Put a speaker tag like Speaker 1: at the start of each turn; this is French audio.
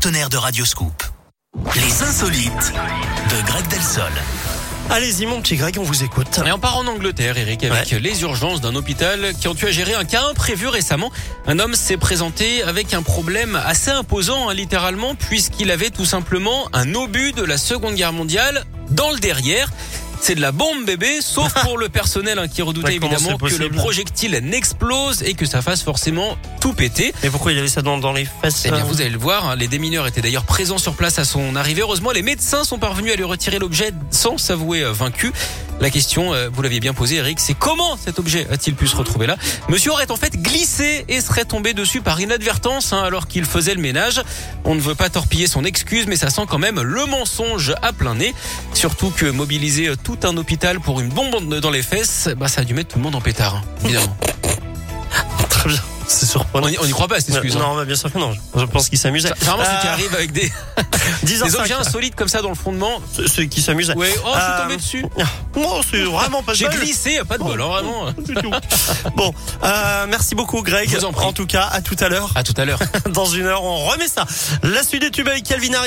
Speaker 1: partenaire de Radioscoop. Les insolites de Greg Delsol.
Speaker 2: Allez-y, mon petit Greg, on vous écoute.
Speaker 3: Et on part en Angleterre, Eric, avec les urgences d'un hôpital qui ont eu à gérer un cas imprévu récemment. Un homme s'est présenté avec un problème assez imposant, hein, littéralement, puisqu'il avait tout simplement un obus de la Seconde Guerre mondiale dans le derrière. C'est de la bombe bébé, sauf pour le personnel hein, qui redoutait
Speaker 2: Ouais, Bah, comment
Speaker 3: évidemment
Speaker 2: c'est
Speaker 3: que le
Speaker 2: possible
Speaker 3: projectile n'explose et que ça fasse forcément tout péter.
Speaker 2: Mais pourquoi il avait ça dans, dans les fesses
Speaker 3: Eh bien,
Speaker 2: euh,
Speaker 3: vous allez le voir, hein, les démineurs étaient d'ailleurs présents sur place à son arrivée. Heureusement, les médecins sont parvenus à lui retirer l'objet sans s'avouer euh, vaincu. La question, euh, vous l'aviez bien posée, Eric, c'est comment cet objet a-t-il pu se retrouver là Monsieur aurait en fait glissé et serait tombé dessus par inadvertance hein, alors qu'il faisait le ménage. On ne veut pas torpiller son excuse, mais ça sent quand même le mensonge à plein nez. Surtout que mobiliser euh, tout un hôpital pour une bombe dans les fesses, bah, ça a dû mettre tout le monde en pétard, hein, évidemment.
Speaker 2: Très bien, c'est surprenant.
Speaker 3: On y- on y croit pas, cette excuse, hein.
Speaker 2: Non, non, bah, bien sûr que non. Je je pense qu'il s'amusait.
Speaker 3: Vraiment, ceux qui
Speaker 2: Euh,
Speaker 3: arrivent avec des,
Speaker 2: 10
Speaker 3: des objets insolites comme ça dans le fondement,
Speaker 2: Ceux qui s'amusent.
Speaker 3: Ouais, oh, je suis
Speaker 2: Euh,
Speaker 3: tombé dessus.
Speaker 2: Non, c'est vraiment pas de
Speaker 3: J'ai
Speaker 2: bol.
Speaker 3: glissé, pas de bol, hein, vraiment.
Speaker 2: Du tout. bon, euh, merci beaucoup Greg.
Speaker 3: Je vous en prie.
Speaker 2: tout cas, à tout à l'heure.
Speaker 3: À tout à l'heure.
Speaker 2: Dans une heure, on remet ça. La suite des tubes avec Calvin Harris.